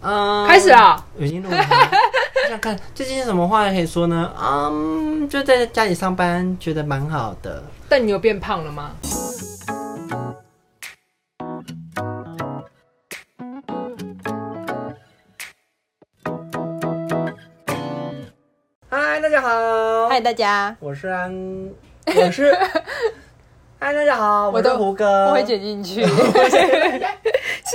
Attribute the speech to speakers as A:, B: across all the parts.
A: 嗯，
B: 开始啊，
A: 已经录了。我想看最近有什么话可以说呢？嗯，就在家里上班，觉得蛮好的。
B: 但你有变胖了吗？
A: 嗨，大家好，
C: 嗨，大家，
A: 我是安，我 是。嗨，大家好，我是
C: 都
A: 胡哥。
C: 我会剪进去，是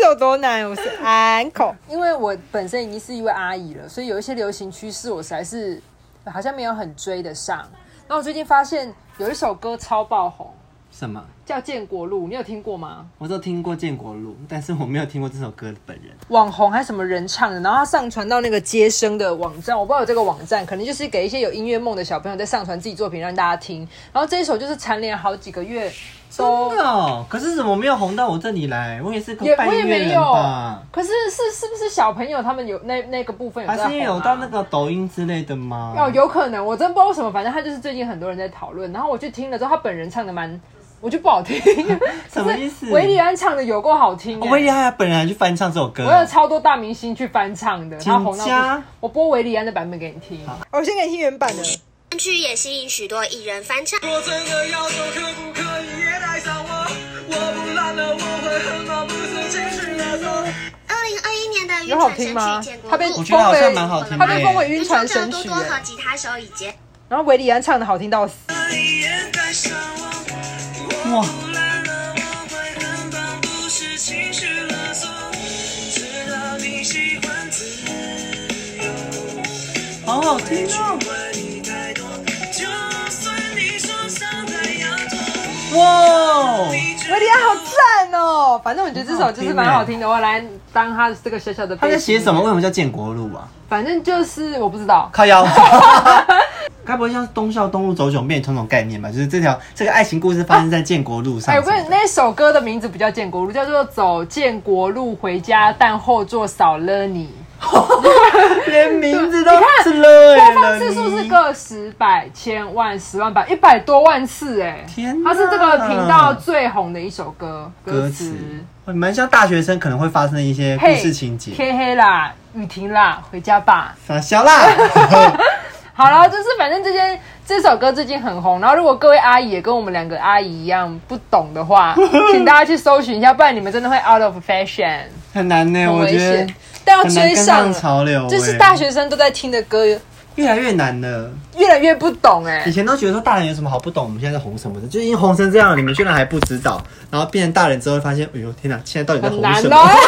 C: 有多难？我是安哦口， 因为我本身已经是一位阿姨了，所以有一些流行趋势我实在是好像没有很追得上。然后我最近发现有一首歌超爆红，
A: 什么？
C: 叫《建国路》，你有听过吗？
A: 我都听过《建国路》，但是我没有听过这首歌的本人。
C: 网红还是什么人唱的，然后他上传到那个接生的网站，我不知道有这个网站，可能就是给一些有音乐梦的小朋友在上传自己作品让大家听。然后这一首就是蝉联好几个月都
A: 真的哦，可是怎么没有红到我这里来？我也是个
C: 也
A: 半
C: 我也
A: 月
C: 没
A: 人
C: 有
A: 吧。，
C: 可是是是不是小朋友他们有那那个部分有
A: 还
C: 在、啊、
A: 是因为有到那个抖音之类的吗？
C: 哦，有可能，我真不知道为什么，反正他就是最近很多人在讨论，然后我去听了之后，他本人唱的蛮，我觉得不好听，
A: 什么意思？
C: 维利安唱的有够好听、欸，
A: 维利安本人还去翻唱这首歌，
C: 我有超多大明星去翻唱的，
A: 请
C: 他红到不
A: 加
C: 行，我播维利安的版本给你听，我先给你听原版的，
D: 湾区也吸引许多艺人翻唱。
E: 我真的要走，可不可以也带上我？我不懒了，我会很好，不是情绪勒索。
D: 二零二一年的
C: 有
D: 晕
C: 好
D: 船
C: 听
D: 神曲
C: 吗
D: 《建？国
C: 他
D: 路
C: 被》
A: 我
C: 封
A: 觉得好像
C: 为
A: 蛮好听的
C: 他被封为
D: 也
C: 晕
D: 说
C: 船
D: 这
C: 神
D: 多
C: 曲、
D: 多
C: 欸
D: 和吉他手以及
C: 然后维利安唱的好 听到死，
E: 哪里也带上我，我不懒了，我会很棒，不是情绪勒索。知道你喜欢自由，
A: 好好听哦！
E: 不管你太多，就算你受伤的要痛。
A: 哇，哦
C: 维利安好赞哦、反正我觉得这首就是蛮好听的，我来当他这个小小的背
A: 他
C: 景。
A: 在写什么？为什么叫建国路啊？
C: 反正就是我不知道，
A: 靠腰。 该不会像是东校东路走九遍同种概念吧？就是这条这个爱情故事发生在建国路上。
C: 哎、我跟你那首歌的名字不叫《建国路》，叫做《走建国路回家》，但后座少了 你。
A: 连名字都
C: 你看
A: 是了耶
C: 播放次数是。个十百千万十万百一百多万次哎、
A: 天哪
C: 它是这个频道最红的一首歌，歌
A: 歌
C: 词
A: 词蛮像大学生可能会发生的一些故
C: 嘿
A: 事情节。啊
C: 天黑啦，雨停啦，回家吧。
A: 傻笑 啦，
C: 好了，就是反正这件这首歌最近很红，然后如果各位阿姨也跟我们两个阿姨一样不懂 的话，请大家去搜寻一下，不然你们真的会 out of fashion，
A: 很难呢、
C: 很
A: 我
C: 危
A: 觉得
C: 险。但要
A: 很难
C: 追
A: 跟
C: 上
A: 上潮流、欸，
C: 就是大学生都在听的歌，
A: 越来越难了。
C: 越来越不懂哎、
A: 以前都觉得说大人有什么好不懂，我们现在在红什么的，就已经红成这样了，你们居然还不知道。然后变成大人之后，发现，哎呦天哪，现在到底在
C: 很
A: 红
C: 难
A: 什么？
C: 哦。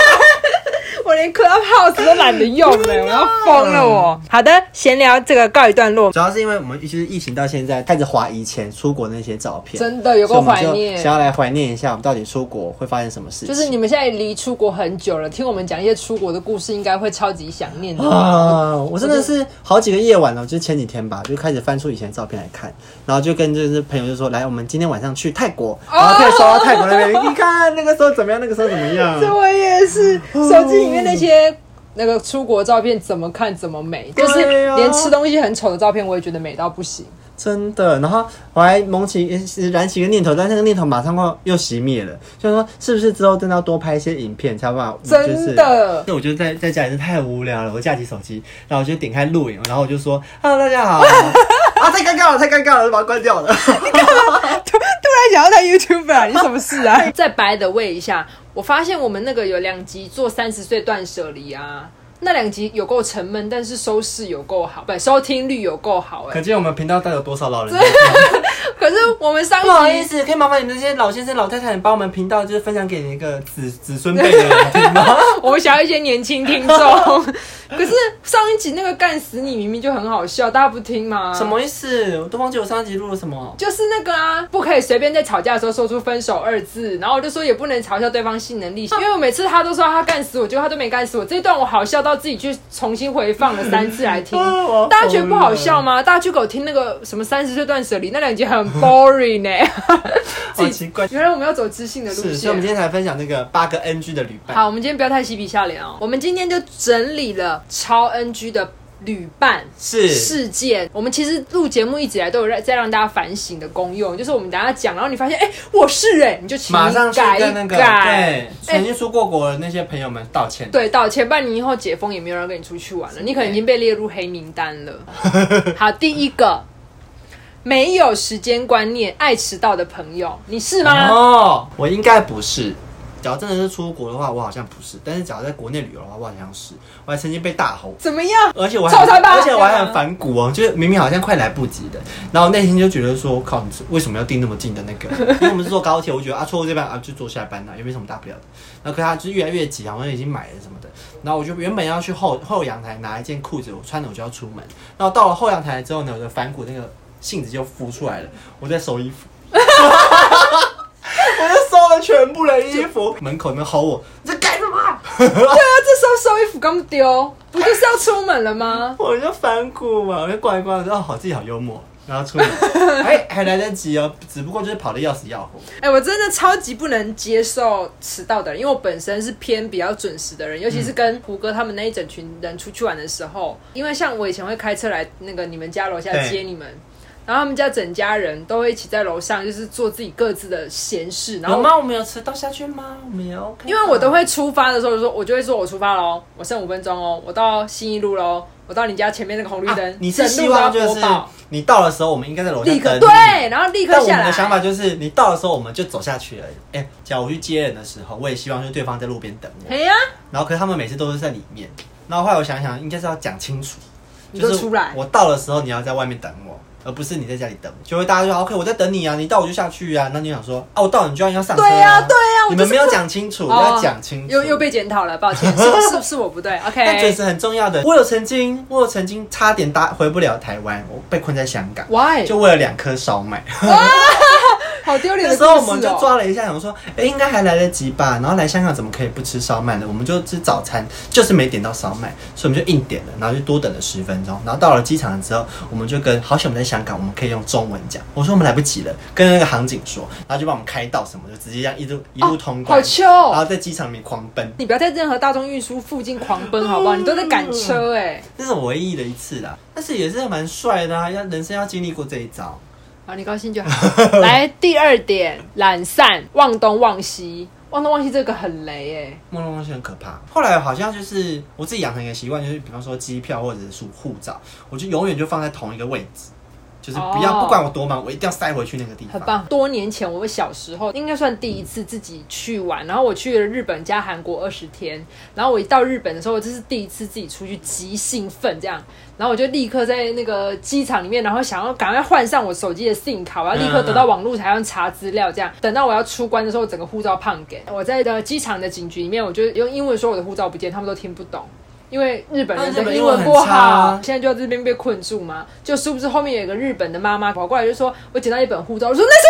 C: 我连 Clubhouse 都懒得用了，我要疯了
A: 嗯
C: 我。好的，闲聊这个告一段落。
A: 主要是因为我们就是疫情到现在，开始怀以前出国那些照片，
C: 真的有够
A: 所以我们
C: 怀
A: 就
C: 念
A: 想要来怀念一下我们到底出国会发生什么事情。
C: 就是你们现在离出国很久了，听我们讲一些出国的故事，应该会超级想念的。
A: 啊，我真的是好几个夜晚了，就是前几天吧，就开始翻出以前的照片来看，然后就跟就是朋友就说，来，我们今天晚上去泰国，
C: 哦
A: 然后开始刷到哦泰国那边，你看那个时候怎么样，那个时候怎么样，
C: 我也是，
A: 哦
C: 手机里面那些那个出国照片怎么看怎么美，就是
A: 对啊
C: 连吃东西很丑的照片，我也觉得美到不行。
A: 真的。然后我还萌起燃起一个念头，但那个念头马上又又熄灭了，就是说是不是之后真的要多拍一些影片才有办法，
C: 真的
A: 那我就在在家里是太无聊了，我架起手机，然后我就点开录影，然后我就说，Hello 大家 好，啊太尴尬了，太尴尬了，我就把它关掉了。
C: 突突然想要当 YouTuber，、啊、你什么事啊？再白的问一下，我发现我们那个有两集做三十岁断舍离啊，那两集有够沉闷，但是收视有够好，不收听率有够好 哎、
A: 可见我们频道到底有多少老人在看？
C: 可是我们上
A: 不好意
C: 集
A: 思，可以麻烦你们这些老先生、老太太，你把我们频道就是分享给那个子子孙辈的人听吗？
C: 我们想要一些年轻听众， 可是上一集那个干死你明明就很好笑，大家不听吗？
A: 什？么意思？我都忘记我上一集录了什么。
C: 就是那个啊，不可以随便在吵架的时候说出“分手”二字，然后我就说也不能嘲笑对方性能力，因为我每次他都说他干死我，结果他都没干死我。这一段我好笑到自己去重新回放了三次来听
A: 啊我要，
C: 大家觉得不好笑
A: 疯
C: 吗？大家去给我听那个什么三十岁断舍离那两集很 boring 呢、
A: 好奇怪。
C: 原来我们要走知性的路
A: 是，所以我们今
C: 线。
A: 天才分享那个八个 NG 的旅伴。
C: 好，我们今天不要太嬉皮笑脸哦。我们今天就整理了超 NG 的旅伴。
B: 是
C: 事件，我们其实录节目一直以来都有在在让大家反省的功用，就是我们等一下讲，然后你发现，哎、我是哎、你就请
A: 马
C: 你
A: 上去
C: 改
A: 跟
C: 一
A: 那个
C: 改，
A: 对曾经出过国的那些朋友们道歉。
C: 对，道歉，不然你以后解封也没有人跟你出去玩了，你可能已经被列入黑名单 了。好，第一个，没有时间观念、爱迟到的朋友，你是吗？
B: 哦，
A: 我应该不是。假如真的是出国的话，我好像不是；但是假如在国内旅游的话，我好像是。我还曾经被大吼，
C: 怎么样？
A: 而且我
C: 臭
A: 还
C: 三八
A: 而且我还很反骨哦，就是明明好像快来不及的，然后内心就觉得说，靠，你为什么要订那么近的那个？ 因为我们是坐高铁，我觉得啊，错过这班啊，就坐下班了、也没什么大不了的。然后可他就是越来越急，好像已经买了什么的。然后我就原本要去后后阳台拿一件裤子，我穿了我就要出门。然后到了后阳台之后呢，我的反骨那个性子就浮出来了，我在收衣服。 我就收了全部的衣服，门口那吼我，你在干什么？
C: 对啊，这时候收衣服刚丢，不就是要出门了吗？
A: 我就反骨嘛，我就逛一逛，然后好自己好幽默，然后出门， 哎，还来得及哦，只不过就是跑得要死要活。
C: 哎、我真的超级不能接受迟到的人，因为我本身是偏比较准时的人，尤其
A: 嗯
C: 是跟胡歌他们那一整群人出去玩的时候，因为像我以前会开车来那个你们家楼下
A: 对
C: 接你们。然后他们家整家人都会一起在楼上，就是做自己各自的闲事。然后
B: 有吗？我们有迟到下去吗？我们也 OK 吧。
C: 因为我都会出发的时候，就说我就会说我出发喽，我剩五分钟哦，我到新一路喽，我到你家前面那个红绿灯、
A: 啊你是
C: 整
A: 希
C: 路都要
A: 望就
C: 播
A: 是
C: 报
A: 你到的时候，我们应该在楼下
C: 立刻
A: 等你。
C: 对，然后立刻
A: 但我
C: 下
A: 们
C: 来。
A: 的想法就是，你到的时候我们就走下去了。哎、假如我去接人的时候，我也希望就是对方在路边等我。
C: 哎呀，
A: 然后，可是他们每次都是在里面。然后后来我想一想，应该是要讲清楚，
C: 你就
A: 就是
C: 出来啊
A: 我到的时候你要在外面等我，而不是你在家里等我。就会大家就说 OK，我在等你啊，你到我就下去啊。那你想说，啊，我到你就要要上车、
C: 对呀、对呀、
A: 啊
C: 我
A: 你
C: 就
A: 们
C: 是
A: 没有讲清楚，
C: 哦
A: 要讲清楚。
C: 又又被哎检讨了，抱 歉，是不是不是我不对
A: 嗯但准
C: ？OK
A: 时很重要的。我有曾经，我有曾经差点搭回不了台湾，我被困在香港，
C: Why？
A: 就为了两颗烧麦。
C: 好丢脸
A: 那
C: 的
A: 时
C: 故
A: 候我们
C: 事
A: 就
C: 哦。
A: 抓了一下，想说，哎、应该还来得及吧。然后来香港怎么可以不吃烧麦呢？我们就吃早餐，就是没点到烧麦，所以我们就硬点了，然后就多等了十分钟。然后到了机场之后，我们就跟好险我们在香港，我们可以用中文讲。我说我们来不及了，跟那个航警说，然后就帮我们开道什么，就直接这样一路一路通关，
C: 哦好糗
A: 然后在机场里面狂奔。
C: 你不要在任何大众运输附近狂奔，好不
A: 嗯
C: 好？你都在赶车哎、
A: 那是我唯一的一次啦，但是也是蛮帅的啊，要人生要经历过这一遭。
C: 好，你高兴就好。 来第二点，懒散，忘东忘西，忘东忘西这个很雷哎、
A: 梦中东西很可怕。后来好像就是我自己养成一个习惯，就是比方说机票或者是护照，我就永远就放在同一个位置，就是不要、
C: 哦
A: 不管我多忙，我一定要塞回去那个地方。
C: 很棒。多年前，我小时候应该算第一次自己去玩，然后我去了日本加韩国二十天，然后我一到日本的时候，我这是第一次自己出去，极兴奋这样，然后我就立刻在那个机场里面，然后想要赶快换上我手机的 SIM 卡，我要立刻得到网络才能查资料这样。
A: 嗯
C: 等到我要出关的时候，我整个护照胖给我在呃机场的警局里面，我就用英文说我的护照不见，他们都听不懂。因为日本人
A: 啊日
C: 的
A: 本
C: 英
A: 英文
C: 文
A: 很
C: 不
A: 差
C: 好
A: 啊，
C: 现在就在这边被困住嘛，就是不是后面有一个日本的妈妈跑过来就说：“我捡到一本护照。”我说：“那是我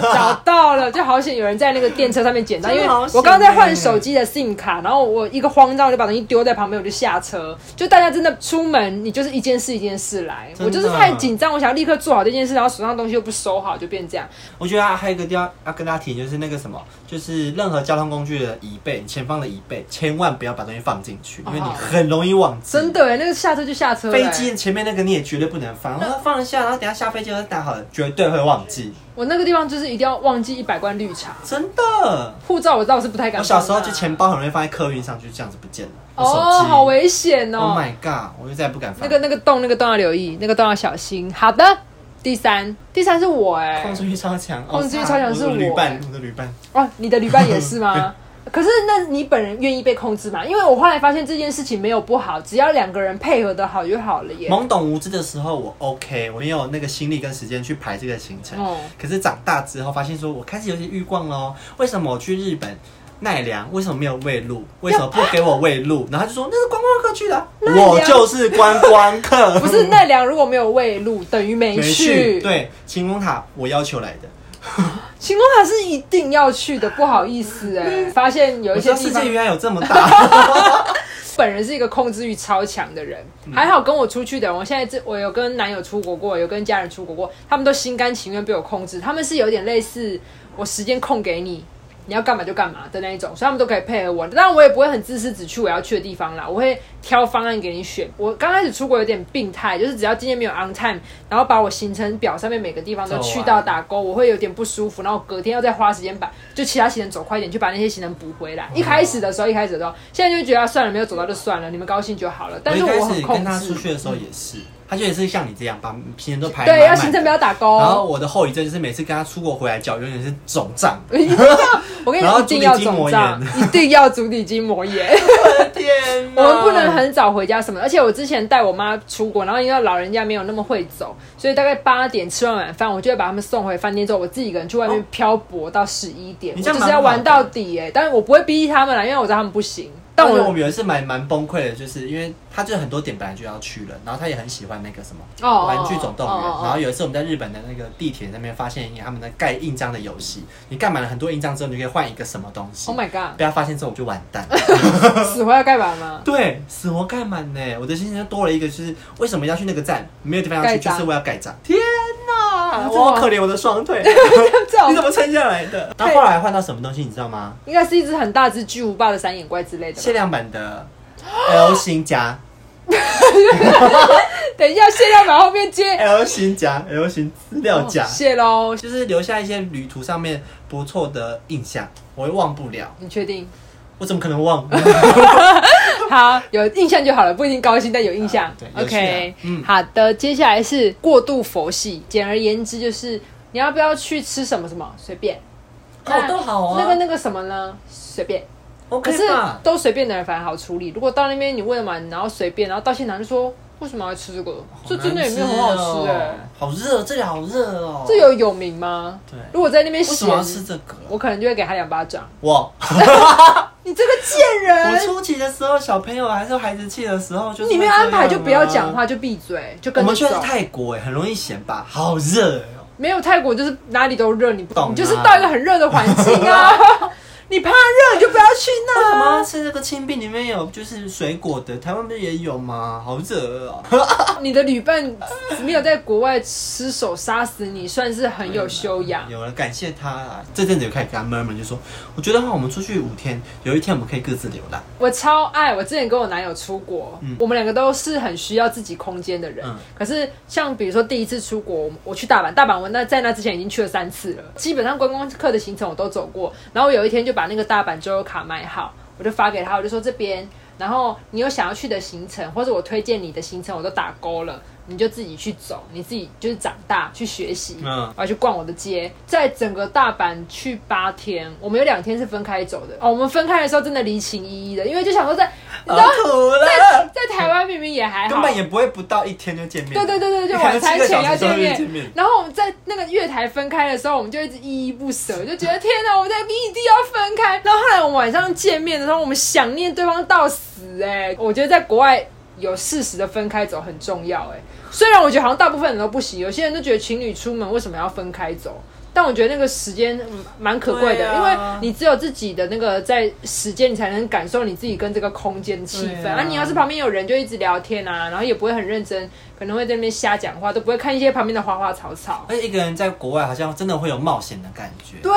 C: 的， 找到了。”就好险有人在那个电车上面捡到，因为
A: 真的好险
C: 我刚刚在换
A: 欸
C: 手机的 SIM 卡，然后我一个慌张我就把东西丢在旁边，我就下车。就大家真的出门，你就是一件事一件事来，
A: 真的
C: 我就是太紧张，我想要立刻做好这件事，然后手上的东西又不收好，就变这样。
A: 我觉得还有一个地方要跟大家提，就是那个什么，就是任何交通工具的椅背，你前方的椅背，千万不要把东西放进去，因为你很容易忘记。
C: 哦真。的哎，那个下车就下车了
A: 飞
C: 欸。
A: 机前面那个你也绝对不能放，然后放一下，然后等一下下飞机就打好了，绝对会忘记，
C: 我那个地方就是一定要忘记一百罐绿茶，
A: 真的。
C: 护照我倒是不太敢
A: 我
C: 放啊。
A: 小时候就钱包很容易放在客运上，就这样子不见了。我手
C: 哦，
A: 机
C: 好危险哦。
A: Oh my god！我就再也不敢
C: 那
A: 放。
C: 个那个洞，那个洞要留意，那个洞要小心。好的，第三，第三是我哎、
A: 控制欲超强，哦
C: 控制欲超强是
A: 我的旅
C: 我
A: 伴，我的旅伴。
C: 哦，你的旅伴也 是吗？可是，那你本人愿意被控制吗？因为我后来发现这件事情没有不好，只要两个人配合的好就好了耶。
A: 懵懂无知的时候，我 OK，我没有那个心力跟时间去排这个行程。
C: 哦
A: 可是长大之后，发现说我开始有些欲望喽。为什么我去日本奈良，为什么没有喂鹿？为什么不给我喂鹿？然后他就说那是观光客去的啊、
C: 奈良
A: 我就是观光客，
C: 不是奈良如果没有喂鹿，等于没
A: 没
C: 去。
A: 去。，对，晴空塔我要求来的。
C: 晴空塔是一定要去的，不好意思哎、发现有
A: 嗯我
C: 一
A: 知
C: 些
A: 道
C: 地
A: 世
C: 方
A: 界原来有这么 大。
C: 本人是一个控制欲超强的人，
A: 嗯
C: 还好跟我出去的人，我现在这我有跟男友出国过，有跟家人出国过，他们都心甘情愿被我控制，他们是有点类似我时间空给你，你要干嘛就干嘛的那一种，所以他们都可以配合我。当然，我也不会很自私，只去我要去的地方啦。我会挑方案给你选。我刚开始出国有点病态，就是只要今天没有 on time，然后把我行程表上面每个地方都去到打勾，我会有点不舒服。然后隔天要再花时间把就其他行程走快一点，去把那些行程补回来。一开始的时候，一开始的时候，现在就觉得、啊算了，没有走到就算了，你们高兴就好了。但
A: 我
C: 是
A: 一
C: 我
A: 开
C: 很
A: 始
C: 控
A: 跟他出
C: 制，嗯
A: 去的时候也是，他就也是像你这样，把行程都排得
C: 对，
A: 满
C: 要
A: 满
C: 行程
A: 的
C: 表打勾。
A: 然后我的后遗症就是每次跟他出国回来脚永远是肿胀，
C: 一定要，我跟你
A: 然后
C: 讲，一定要
A: 足底筋
C: 肿
A: 膜
C: 胀，一定要足底筋膜炎。
A: 天
C: 我们不
A: 嗯
C: 能很早回家什么的，而且我之前带我妈出国，然后因为老人家没有那么会走，所以大概八点吃完晚饭，我就会把他们送回饭店之后，我自己一个人去外面漂泊到十一
A: 哦
C: 点，
A: 你
C: 我
A: 这
C: 就
A: 样
C: 是要
A: 蛮好
C: 玩到底哎、但是我不会逼他们啦，因为我知道他们不行。但
A: 但我
C: 我
A: 我们有一次蛮蛮崩溃的，就是因为他就很多点本来就要去了，然后他也很喜欢那个什么
C: 哦
A: 玩具总动员
C: 哦哦哦。
A: 然后有一次我们在日本的那个地铁那边发现一个他们在盖印章的游戏，你盖满了很多印章之后，你就可以换一个什么东西
C: Oh。my god，
A: 被他发现之后我就完蛋，呃
C: 死活要盖板吗？
A: 对，死活盖满呢。我的心情就多了一个，就是为什么要去那个站？没有地方要去，
C: 盖
A: 就
C: 章
A: 是为了盖章。天哪，
C: 哇
A: 啊我好可怜我的双腿，
C: 这种
A: 你怎么撑下来的？那后来换到什么东西你知道吗？
C: 应该是一只很大只巨无霸的三眼怪之类的吧
A: 限。量版 的 L 型夹。
C: 等一下，限量版后面接
A: L 型夹、L 型资料夹，
C: 谢喽。
A: 就是留下一些旅途上面不错的印象，我会忘不了。
C: 你确定？
A: 我怎么可能 忘？
C: 好，有印象就好了，不一定高兴，但有印象。
A: 啊对有
C: o
A: 趣啊
C: k
A: 嗯
C: 好的，接下来是过度佛系。简而言之，就是你要不要去吃什么什么，随便。那
B: 哦都好啊
C: 那个那个什么呢？随便。可
B: OK
C: 是
B: 吧？
C: 都随便的人反而好处理。如果到那边你问嘛，然后随便，然后到现场就说为什么要吃这个？这真的也没有很好吃哎、
A: 哦好热，这里好热哦。
C: 这有有名吗？
A: 对
C: 如果在那边
A: 为什
C: 嫌
A: 么，要吃这个？
C: 我可能就会给他两巴掌。
A: 我
C: 你这个贱
A: 我
C: 人！
A: 初期的时候，小朋友还是孩子气的时候，就是
C: 呃你没有
A: 会这样
C: 安排就不要
A: 啊
C: 讲。话，就闭嘴，就
A: 我
C: 跟着
A: 们去的是
C: 走。
A: 泰国，哎，很容易嫌吧？好热哦。
C: 没有泰国就是哪里都热，你不
A: 懂啊
C: 你就是到一个很热的环境 啊。你怕热你就不要去
A: 为 什么
C: 那
A: 要，吃这个青饼？里面有就是水果的，台湾不是也有吗？好热哦。
C: 你的旅伴没有在国外失手杀死你，算是很
A: 啊
C: 有修养。
A: 有了，感谢他啦。这阵子有开始跟他 murmur，就说我觉得哈，我们出去五天，有一天我们可以各自流浪。
C: 我超爱，我之前跟我男友出国，
A: 嗯
C: 我们两个都是很需要自己空间的人。
A: 嗯
C: 可是像比如说第一次出国，我我去大阪，大阪我那在那之前已经去了三次了，基本上观光客的行程我都走过。然后我有一天就把那个大阪周游卡买好，我就发给他，我就说这边，然后你有想要去的行程，或者我推荐你的行程，我都打勾了。你就自己去走，你自己就是长大去学习，
A: 嗯
C: 我要去逛我的街，在整个大阪去八天，我们有两天是分开走的。哦，我们分开的时候真的离情依依的，因为就想说在，你
A: 好
C: 知道
A: 苦
C: 在
A: 了，
C: 在台湾明明也
A: 啊
C: 还好，
A: 根本也不会不到一天就见面。
C: 对对对对对，
A: 你还
C: 晚
A: 是
C: 餐
A: 七个
C: 前
A: 小
C: 要
A: 时之后就
C: 见面
A: 见面。
C: 然后我们在那个月台分开的时候，我们就一直依依不舍，就觉得天哪，我们在一定要分开。然后后来我们晚上见面的时候，我们想念对方到死哎、我觉得在国外有适时的分开走很重要哎、虽然我觉得好像大部分人都不行，有些人都觉得情侣出门为什么要分开走？但我觉得那个时间嗯蛮可贵
A: 对
C: 的，
A: 啊
C: 因为你只有自己的那个在时间，你才能感受你自己跟这个空间的气氛。
A: 对啊
C: 你要是旁边有人就一直聊天啊，然后也不会很认真，可能会在那边瞎讲话，都不会看一些旁边的花花草草。
A: 而且一个人在国外好像真的会有冒险的感觉。
C: 对，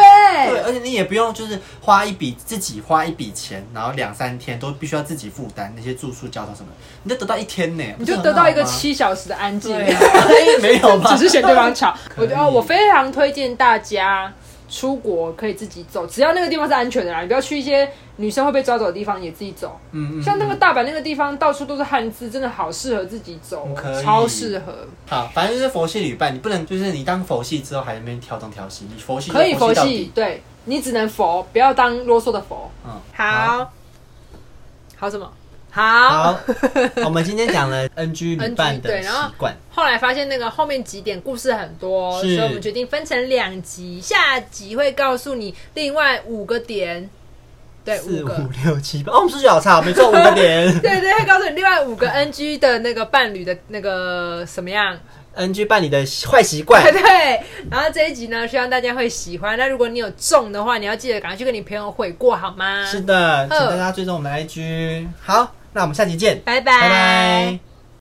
A: 对，而且你也不用就是花一笔自己花一笔钱，然后两三天都必须要自己负担那些住宿、交通什么的，你就得到一天呢，不
C: 你
A: 是
C: 就
A: 很
C: 得到一个
A: 好吗
C: 七小时的安静，
A: 对啊 没有吧？
C: 只是嫌对方吵。
A: 可以
C: 我觉得哦我非常推荐大家出国可以自己走，只要那个地方是安全的啦，你不要去一些女生会被抓走的地方也自己走。
A: 嗯嗯，
C: 像那个大阪那个地方，到处都是汉字，真的好适合自己走
A: 可，以
C: 超适合。
A: 好，反正就是佛系旅伴，你不能就是你当佛系之后还在那边挑东挑西，你佛系就
C: 可以佛
A: 到
C: 系
A: 底，，
C: 对你只能佛，不要当啰嗦的佛。
A: 嗯，
C: 好，好什么？好。
A: 好，我们今天讲了 NG 旅伴
C: NG 对
A: 的习
C: 然后
A: 惯，
C: 后来发现那个后面几点故事很多，所
A: 是
C: 以我们决定分成两集，下集会告诉你另外五个点，对，
A: 四
C: 哎五
A: 五
C: 个。
A: 六七八，哦，我们数学好差，没错，五个点。
C: 对对，会告诉你另外五个 NG 的那个伴侣的那个什么样，
A: NG 伴侣的坏习惯
C: 对， 对。然后这一集呢，希望大家会喜欢。那如果你有中的话，你要记得赶快去跟你朋友悔过，好吗？
A: 是的，请大家追踪我们的 IG。好，那我们下期见，
C: 拜
A: 拜拜。